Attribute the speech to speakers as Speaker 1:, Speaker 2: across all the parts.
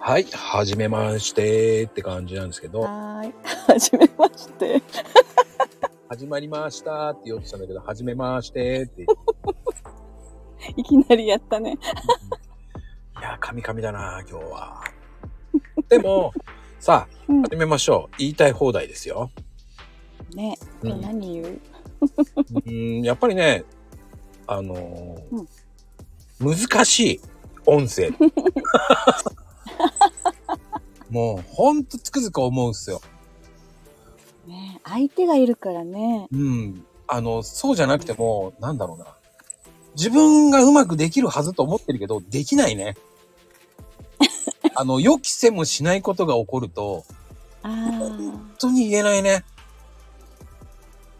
Speaker 1: はい、はじめましてって感じなんですけど。
Speaker 2: はーい。 はじめまして。
Speaker 1: 始まりましたって言おうとしたんだけど、はじめましてって。
Speaker 2: いきなりやったね。
Speaker 1: いや、カミカミだな、今日は。でも、 さあ、うん、始めましょう。言いたい放題ですよ。
Speaker 2: ね、うん、何言う
Speaker 1: うん、やっぱりね、あのーうん、難しい音 声。もうほんとつくづく思うんですよ。
Speaker 2: ね相手がいるからね。
Speaker 1: うん。あの、そうじゃなくても、うん、なんだろうな。自分がうまくできるはずと思ってるけど、できないね。あの、予期せもしないことが起こると、本当に言えないね。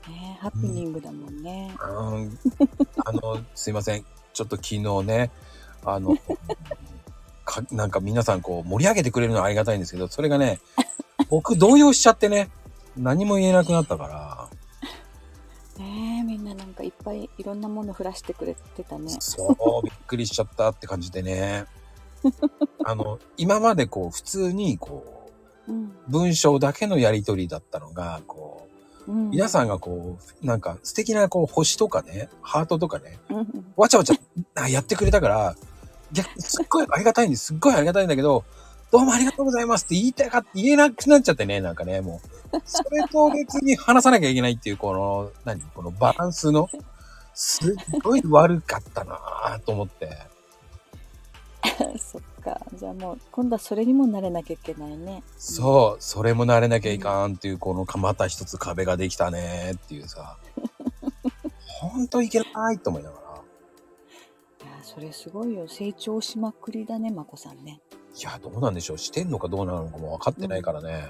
Speaker 2: ねハプニングだもんね。。
Speaker 1: うん、うん、あの、すいません。ちょっと昨日ね、あの、かなんか皆さんこう盛り上げてくれるのはありがたいんですけど、それがね、僕動揺しちゃってね、何も言えなくなったから
Speaker 2: ねえ、みんななんかいっぱいいろんなもの降らしてくれてたね。
Speaker 1: そう、びっくりしちゃったって感じでね。 あの、今までこう普通にこう、うん、文章だけのやりとりだったのが、こう、うん、皆さんがこう、なんか素敵なこう星とかね、ハートとかね、うん、わちゃわちゃやってくれたから、逆すっごいありがたいんです。すっごいありがたいんだけど、どうもありがとうございますって言いたかって言えなくなっちゃってね、なんかね、もう。それと別に話さなきゃいけないっていう、この、何このバランスの、すっごい悪かったなぁと思って。
Speaker 2: そっか。じゃあもう、今度はそれにも慣れなきゃいけないね。
Speaker 1: そう、それも慣れなきゃいかんっていう、この、また一つ壁ができたねっていうさ。ほんといけないと思いながら。
Speaker 2: それすごいよ成長しまくりだねまこさんね
Speaker 1: いやどうなんでしょうしてんのかどうなのかも分かってないからね、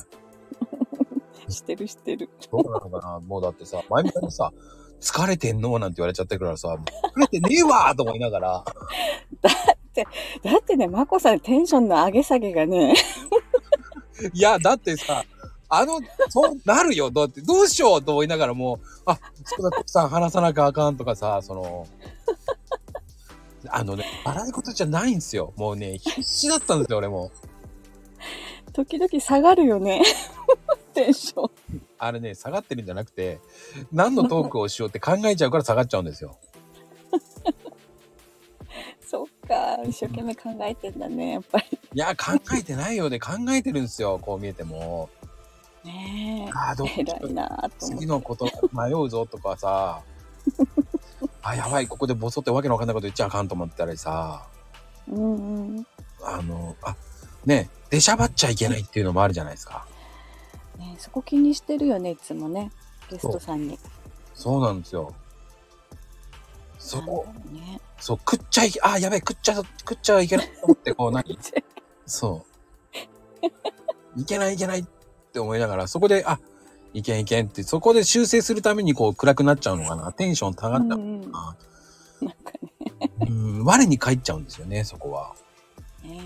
Speaker 2: うん、してるしてる
Speaker 1: どうなのかなもうだってさ前みたいにさ疲れてんのなんて言われちゃってるからさ疲れてねえわと思いながら
Speaker 2: だってだってねまこさんテンションの上げ下げがね
Speaker 1: いやだってさあの、そうなるよ。だって、どうしようと思いながらもう、あ、そこだってさ、話さなきゃあかんとかさ、その、あのね、笑い事じゃないんですよ。もうね、必死だったんですよ、俺も。
Speaker 2: 時々下がるよね。 テンション。
Speaker 1: あれね、下がってるんじゃなくて、何のトークをしようって考えちゃうから下がっちゃうんですよ。
Speaker 2: そっか、一生懸命考えてんだね、やっぱり。
Speaker 1: いや、考えてないよね。考えてるんですよ、こう見えても。
Speaker 2: ねえ。あど偉いなと
Speaker 1: 次のこと迷うぞとかさ。あ、やばい、ここでボソってわけのわかんないこと言っちゃあかんと思ってたらさ、
Speaker 2: うんうん、
Speaker 1: あの、あ、ね、出しゃばっちゃいけないっていうのもあるじゃないですか。
Speaker 2: ね、そこ気にしてるよね、いつもね、ゲストさんに。
Speaker 1: そうなんですよ。そこ、ね、そう、食っちゃい、あ、やべえ、食っちゃ、食っちゃいけないと思って、こう、何そう。いけないいけないって思いながら、そこで、あ、いけんいけんって、そこで修正するためにこう暗くなっちゃうのかな。テンション下がったのかな。うん、なんかね。うん、我に返っちゃうんですよね、そこは。
Speaker 2: ね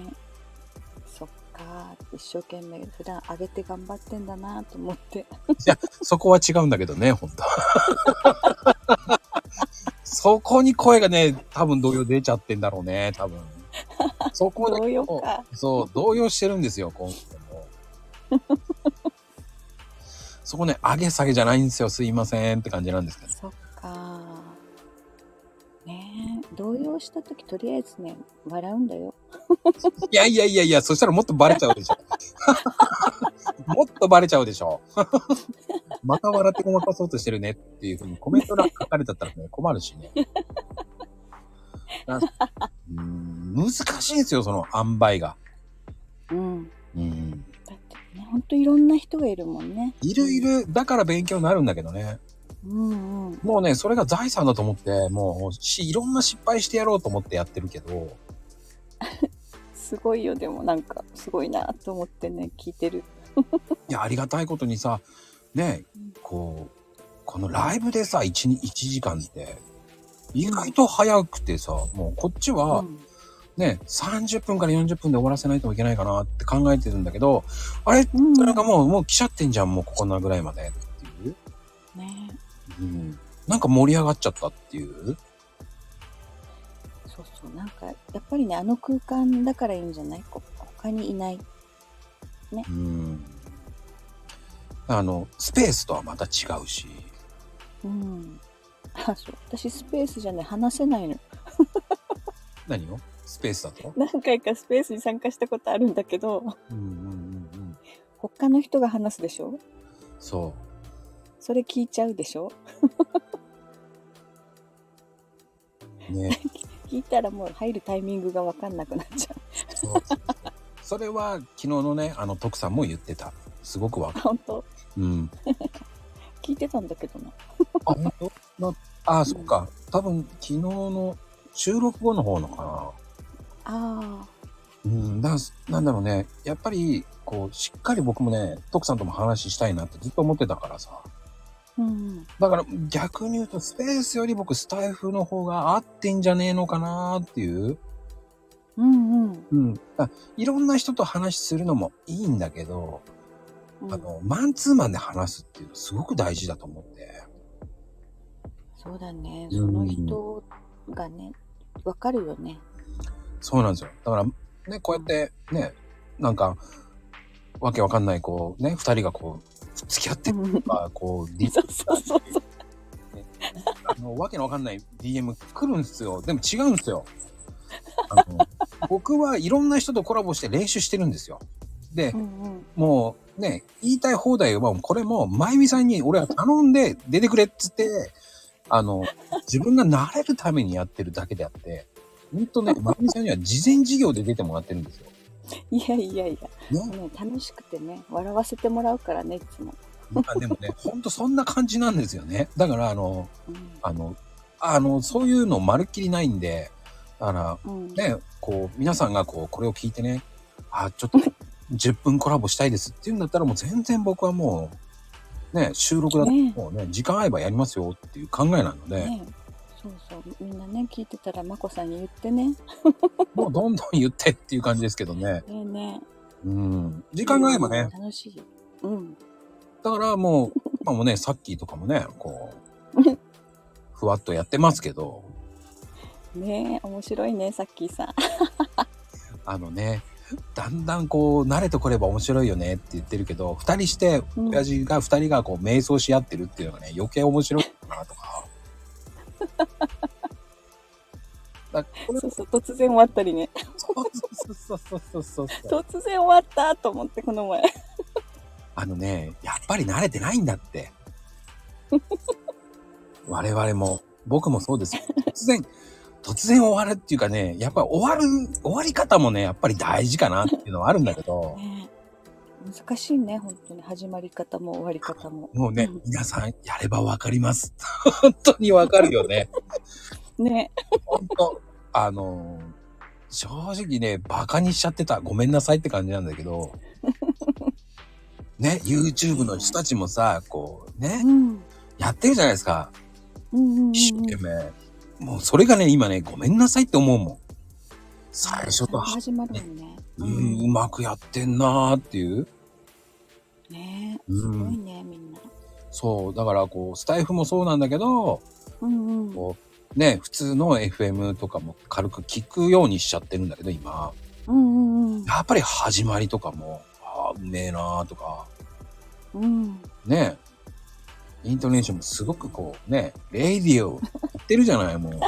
Speaker 2: そっか。一生懸命普段上げて頑張ってんだなと思って。い
Speaker 1: や、そこは違うんだけどね、本当そこに声がね、多分動揺出ちゃってんだろうね、多分。そこ
Speaker 2: で。動揺か。
Speaker 1: そう、動揺してるんですよ、今回も。そこね、上げ下げじゃないんですよ。すいませんって感じなんですけど。
Speaker 2: そっか。ねえ、動揺した時、とりあえずね、笑うんだよ。
Speaker 1: いやいやいやいや、そしたらもっとバレちゃうでしょ。 もっとバレちゃうでしょ。 また笑ってごまかそうとしてるねっていうふうにコメント欄書かれたったらね、困るしね。うん難しいんですよ、その塩梅が。
Speaker 2: うん。
Speaker 1: うん。
Speaker 2: ね、ほんといろんな人がいるもんね。
Speaker 1: いるいる。だから勉強になるんだけどね。
Speaker 2: うんうん、
Speaker 1: もうね、それが財産だと思って、もうし、いろんな失敗してやろうと思ってやってるけど。
Speaker 2: すごいよ、でもなんか、すごいなと思ってね、聞いてる。
Speaker 1: いや、ありがたいことにさ、ね、こう、このライブでさ、1, 1時間って、意外と早くてさ、もうこっちは、うんね、30分から40分で終わらせないといけないかなって考えてるんだけど、あれ、うん、なんかもう、もう来ちゃってんじゃん、もうこんなぐらいまでっていう。
Speaker 2: ね
Speaker 1: うん。なんか盛り上がっちゃったっていう。
Speaker 2: そうそう、なんか、やっぱりね、あの空間だからいいんじゃないこう、他にいない。
Speaker 1: うん。あの、スペースとはまた違うし、
Speaker 2: うん。あ、そう。私スペースじゃね、話せないの。
Speaker 1: 何をスペースだと
Speaker 2: 何回かスペースに参加したことあるんだけど、
Speaker 1: うんうんうんうん。
Speaker 2: 他の人が話すでしょ
Speaker 1: そ
Speaker 2: それ聞いちゃうでしょ
Speaker 1: う。ね。
Speaker 2: 聞いたらもう入るタイミングがわかんなくなっちゃう。
Speaker 1: そうそれは昨日のね、あの、徳さんも言ってた。すごくわか
Speaker 2: 本当
Speaker 1: る。うん。
Speaker 2: 聞いてたんだけどな。
Speaker 1: あ、本当なあ、そうか。多分昨日の収録後の方のかな。
Speaker 2: ああ、
Speaker 1: うん、だなんだろうね。やっぱり、こう、しっかり僕もね、徳さんとも話したいなってずっと思ってたからさ。
Speaker 2: うん。
Speaker 1: だから逆に言うと、スペースより僕、スタイフの方が合ってんじゃねえのかなっていう。
Speaker 2: うんうん。
Speaker 1: うん。あいろんな人と話するのもいいんだけど、
Speaker 2: うん
Speaker 1: あの、マンツーマンで話すっていうのすごく大事だと思って。
Speaker 2: そうだね。
Speaker 1: う
Speaker 2: そ
Speaker 1: ん
Speaker 2: の人がね、わかるよね。
Speaker 1: そうなんですよ。だから、ね、こうやって、ね、なんか、わけわかんない、こう、ね、二人がこう、付き合ってる
Speaker 2: うん
Speaker 1: とか、こう、リ
Speaker 2: そうそうそうそう。
Speaker 1: あの、わけのわかんない DM 来るんですよ。でも違うんですよ。あの僕はいろんな人とコラボして練習してるんですよ。で
Speaker 2: う、んうん。
Speaker 1: もうね、言いたい放題はもうこれも、まゆみさんに俺は頼んで出てくれっつって、あの、自分が慣れるためにやってるだけであって、ほんとね、まゆみさんには事前授業で出てもらってるんですよ。
Speaker 2: いやいやいや。
Speaker 1: ね。
Speaker 2: ね、楽しくてね、笑わせてもらうからね、いつも。
Speaker 1: まあでもね、ほんとそんな感じなんですよね。だからあの、
Speaker 2: うん。
Speaker 1: あの、あの、そういうのまるっきりないんで、だから、
Speaker 2: うん、
Speaker 1: ね、こう、皆さんがこう、これを聞いてね、あ、ちょっと、10分コラボしたいですっていうんだったら、もう全然僕はもう、ね、収録だと、
Speaker 2: ね
Speaker 1: もうね、時間合えばやりますよっていう考えなので、
Speaker 2: ねそうそう。みんなね、聞いてたら、まこさんに言ってね。ね
Speaker 1: もうどんどん言ってっていう感じですけどね。
Speaker 2: えね
Speaker 1: うん。時
Speaker 2: え。
Speaker 1: 間が合えばね、
Speaker 2: 楽しい。うん。
Speaker 1: だからもう、今もね、さっきとかもね、こう、ふわっとやってますけど、
Speaker 2: ねえ、面白いね、さっきーさん。
Speaker 1: あのね、だんだんこう、慣れてこれば面白いよねって言ってるけど、二人して、
Speaker 2: うん
Speaker 1: 親父が二人がこう、瞑想し合ってるっていうのがね、余計面白いかなとか。だこれ
Speaker 2: そうそう、突然終わったりね。
Speaker 1: そうそうそうそうそうそう。
Speaker 2: 突然終わったと思って、この前。
Speaker 1: あのね、やっぱり慣れてないんだって。我々も、僕もそうですよ。突然、突然終わるっていうかね、やっぱり終わる、終わり方もね、やっぱり大事かなっていうのはあるんだけど。
Speaker 2: ねえ難しいね、本当に。始まり方も終わり方も。
Speaker 1: もうね、
Speaker 2: うん
Speaker 1: 皆さんやればわかります。 本当にわかるよね。
Speaker 2: ね
Speaker 1: 本当。あのー正直ね、バカにしちゃってた。ごめんなさいって感じなんだけど。ね、YouTube の人たちもさ、こう
Speaker 2: え。
Speaker 1: ね
Speaker 2: う、ん。
Speaker 1: やってるじゃないですか。
Speaker 2: うんうんうん
Speaker 1: 一生懸
Speaker 2: うん。
Speaker 1: 命。もうそれがね、今ね、ごめんなさいって思うもん。最初とは、
Speaker 2: 始まるもんね。
Speaker 1: うーん、うまくやってんなーっていう。
Speaker 2: ねえ。
Speaker 1: うん
Speaker 2: すごいね、みんな。
Speaker 1: そう、だからこう、スタイフもそうなんだけど、
Speaker 2: うんうん。
Speaker 1: こう、ね、普通の FM とかも軽く聞くようにしちゃってるんだけど、今。
Speaker 2: うんうんうん。
Speaker 1: やっぱり始まりとかも、ああ、うめえなーとか、
Speaker 2: うん。
Speaker 1: ね。イントネーションもすごくこう、ね、レイディオ言ってるじゃない、もう。
Speaker 2: い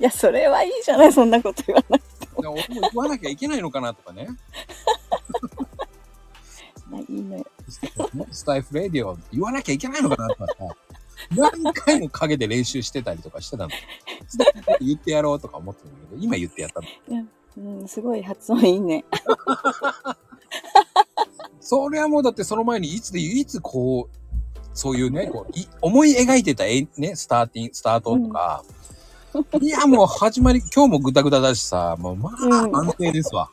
Speaker 2: や、それはいいじゃない、そんなこと言わない。
Speaker 1: 俺も言わなきゃいけないのかなとかね。
Speaker 2: まあいいのよ。
Speaker 1: スタイフレディオ言わなきゃいけないのかなとかさ、何回も陰で練習してたりとかしてたの。 スタイフ言ってやろうとか思ってたんだけど、今言ってやったの。
Speaker 2: うん、すごい発音いいね。
Speaker 1: それはもうだってその前にいつで、いつこう、そういうね、こうい思い描いてたえ、ね、スターティン、スタートとか、いやもう始まり、今日もグダグダだしさ、もうま
Speaker 2: うん
Speaker 1: あ安定ですわ。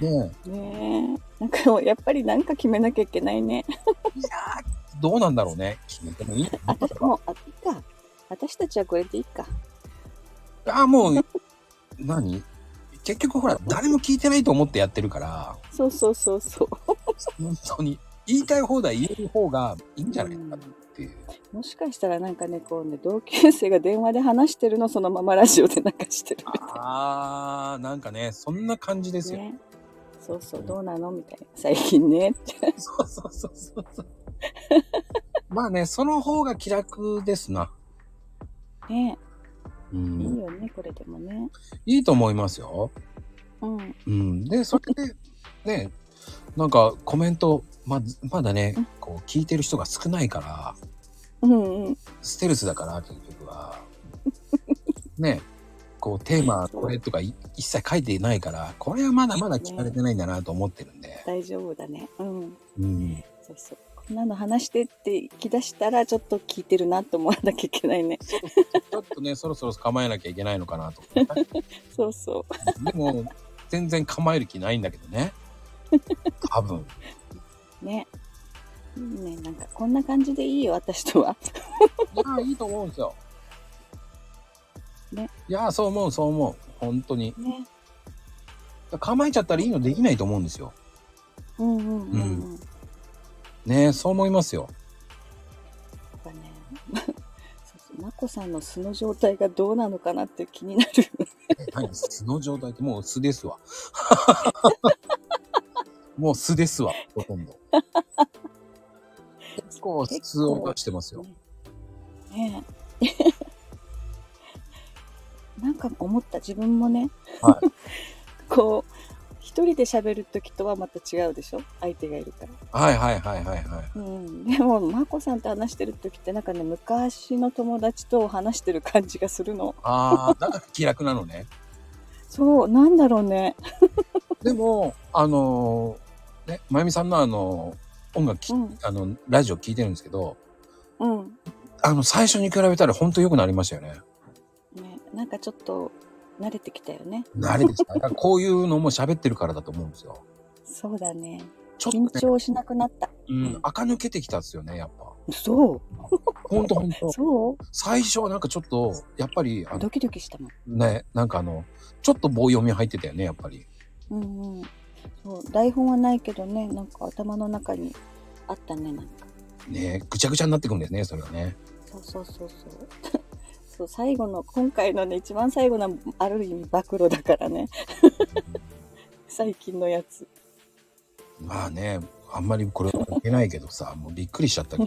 Speaker 1: ねえ、
Speaker 2: ねえ。なんかもう、やっぱりなんか決めなきゃいけないね。
Speaker 1: どうなんだろうね。決めてもいいの
Speaker 2: 私もう、あ、いいか。私たちはこれでいいか。
Speaker 1: あ、もう、何結局ほら、誰も聞いてないと思ってやってるから、
Speaker 2: そうそうそうそう。
Speaker 1: 本当に。言いたい放題言える方がいいんじゃないかなっていう。
Speaker 2: もしかしたらなんかね、こうね、同級生が電話で話してるのそのままラジオで流してるみたいな。
Speaker 1: ああ、なんかね、そんな感じですよ。
Speaker 2: ねそうそう、どうなのみたいな。最近ね。
Speaker 1: そうそうそうそうそう。 まあね、その方が気楽ですな。
Speaker 2: ね
Speaker 1: う
Speaker 2: いい
Speaker 1: ん。
Speaker 2: よね、これでもね。
Speaker 1: いいと思いますよ。
Speaker 2: うん。
Speaker 1: うん。で、それで、ね、なんかコメント、ま、まだね
Speaker 2: うん、
Speaker 1: こう聞いてる人が少ないから、
Speaker 2: うんうん。
Speaker 1: ステルスだから、結局 は。ね、こうテーマこれとかい一切書いてないから、これはまだまだ聞かれてないんだなと思ってるんで。
Speaker 2: 大丈夫だね。うん。
Speaker 1: うん。
Speaker 2: そうそう。こんなの話してって聞き出したら、ちょっと聞いてるなと思わなきゃいけない ね。
Speaker 1: ちょっとね、そろそろ構えなきゃいけないのかなと思って。
Speaker 2: そうそう。
Speaker 1: でも、全然構える気ないんだけどね。多 分。
Speaker 2: ね。いいね、なんかこんな感じでいいよ、私とは。
Speaker 1: いやー、いいと思うんですよ。
Speaker 2: ね。
Speaker 1: いやー、そう思う、そう思う。本当に。
Speaker 2: ね。
Speaker 1: 構えちゃったらいいのできないと思うんですよ。
Speaker 2: うんうんうんうん。やっ
Speaker 1: ねそう思いますよ。
Speaker 2: ぱね。 そうそう。まこさんの素の状態がどうなのかなって気になる。
Speaker 1: え何素の状態ってもう素です わ。もう素ですわ、ほとんど。結構素を出してますよ。
Speaker 2: ね えなんか思った自分もね、
Speaker 1: は
Speaker 2: こう一人で喋る時とはまた違うでしょ相手がいるから。
Speaker 1: はいはいはいはいはい。
Speaker 2: うん、でもまこさんと話してる時ってなんかね昔の友達と話してる感じがするの
Speaker 1: ああ、だから気楽なのね。
Speaker 2: そうなんだろうね
Speaker 1: でも、あのーね、まゆみさんのあの、音楽き、
Speaker 2: うん
Speaker 1: あの、ラジオ聞いてるんですけど、
Speaker 2: うん
Speaker 1: あの、最初に比べたら本当良くなりましたよね。
Speaker 2: ねなんかちょっと慣れてきたよね
Speaker 1: 慣れてき た。だからこういうのも喋ってるからだと思うんですよ。
Speaker 2: そうだね
Speaker 1: ちょっと
Speaker 2: 緊
Speaker 1: ね、
Speaker 2: 張しなくなった
Speaker 1: うん、垢抜けてきたんですよね、やっぱ。
Speaker 2: そ
Speaker 1: ほんとほんと
Speaker 2: う。そ
Speaker 1: 最初はなんかちょっと、やっぱり、あ
Speaker 2: う
Speaker 1: の
Speaker 2: ドキドキしたもん
Speaker 1: ね、なんかあの、ちょっと棒読み入ってたよね、やっぱり。
Speaker 2: うんうん、そう台本はないけどねなんか頭の中にあったねなんか
Speaker 1: ね、ぐちゃぐちゃになってくんですね、それがね。
Speaker 2: そうそうそう そうそう最後の今回のね一番最後のある意味暴露だから ね最近のやつ
Speaker 1: まあね、あんまりこれはいけないけどさ、もうびっくりしちゃったけ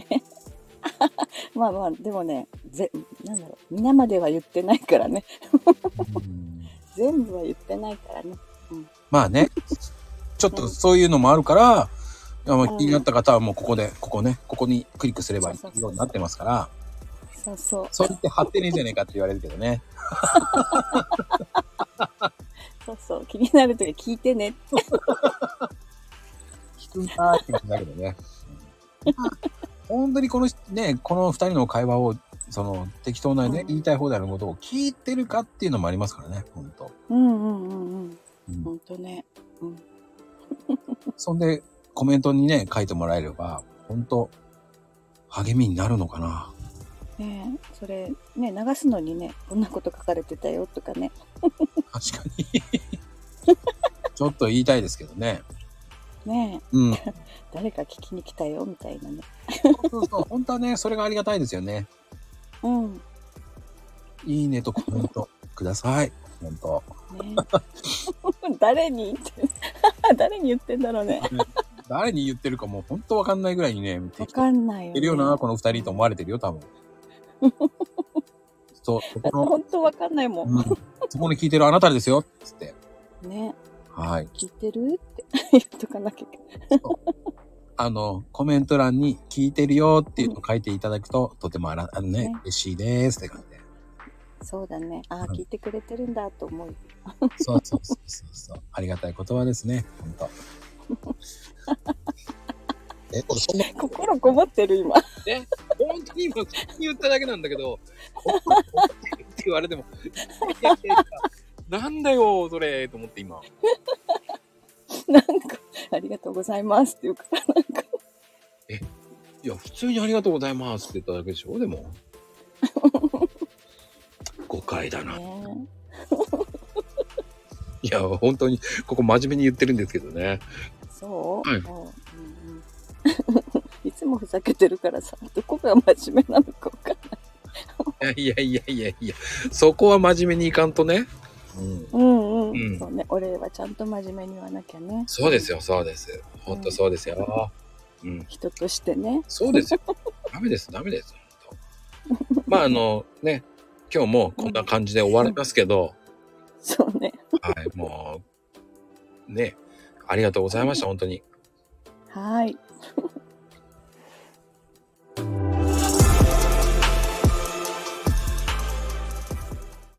Speaker 1: ど。
Speaker 2: まあまあでもねぜなんだろう皆までは言ってないからね
Speaker 1: うん
Speaker 2: 全部は言ってないからね
Speaker 1: まあね、ちょっとそういうのもあるから、まあ
Speaker 2: うん
Speaker 1: 気になった方はもうここで、ここね、ここにクリックすればいいようになってますから、
Speaker 2: そうそう
Speaker 1: それって貼ってねえじゃねえかって言われるけどね。
Speaker 2: そうそう気になる時は聞いてね
Speaker 1: 低いなーって感じだけどね。本当にこの人ね、この二人の会話を、その適当なね、
Speaker 2: うん
Speaker 1: 言いたい放題のことを聞いてるかっていうのもありますからね、本当。
Speaker 2: うんうんうんうん
Speaker 1: うん
Speaker 2: ほんとねうん
Speaker 1: そんで、コメントにね、書いてもらえれば、本当励みになるのかな。
Speaker 2: ねえそれね流すのにねこんなこと書かれてたよとかね
Speaker 1: 確かに。ちょっと言いたいですけどね。
Speaker 2: ねえ
Speaker 1: うん。
Speaker 2: 誰か聞きに来たよみたいなね。
Speaker 1: そうそう、本当はね、それがありがたいですよね。
Speaker 2: うん。ね。
Speaker 1: いいねとコメントください。本当。
Speaker 2: 誰に 言って、誰に言ってんだろうね。
Speaker 1: 誰に言ってるかもう本当わかんないぐらいにね、
Speaker 2: わ
Speaker 1: 適当に
Speaker 2: かんない
Speaker 1: 言
Speaker 2: よ、
Speaker 1: っ
Speaker 2: ね。
Speaker 1: てるよな、この二人と思われてるよ、多分。そう、そこ
Speaker 2: 本当わかんないも
Speaker 1: の、うん、そこに聞いてるあなたですよ、つって。
Speaker 2: ん。ね。
Speaker 1: はい。
Speaker 2: 聞いてるって 言っとかなきゃいけない。
Speaker 1: あの、コメント欄に聞いてるよっていうのを書いていただくと、とてもあら、あのね
Speaker 2: ね、
Speaker 1: 嬉しいですって感じで。
Speaker 2: そうだね。ああ、
Speaker 1: うん
Speaker 2: 聞いてくれてるんだと思う。
Speaker 1: そうそうそうそうそう。ありがたい言葉ですね、本当。え、俺そんな
Speaker 2: 心こもってる今。
Speaker 1: 本当に今、普通に言っただけなんだけど、こんなことって言われても、いやいやいやなんだよ、それ、と思って今。
Speaker 2: なんか、ありがとうございますっていうか、なんか、
Speaker 1: いや、普通にありがとうございますって言っただけでしょ、でも。誤解だな。
Speaker 2: ね。
Speaker 1: いや、本当に、ここ真面目に言ってるんですけどね。
Speaker 2: そう、
Speaker 1: はい
Speaker 2: もううんうんもふざけてるからさ、どこが真面目なのかわかんない。
Speaker 1: いやいやいやいや、そこは真面目にいかんとね。うん
Speaker 2: うんうん、
Speaker 1: うん
Speaker 2: そうね、お礼はちゃんと真面目に言わなきゃね。
Speaker 1: そうですよ、そうです。ほんとそうですよ。うん。
Speaker 2: 人としてね。
Speaker 1: そうですよ。 ダメです、ダメです。ほんとまあ、あの、ね、今日もこんな感じで終わりますけ ど、
Speaker 2: そうね。
Speaker 1: はい、もう、ね、ありがとうございました、本当に。
Speaker 2: はーい。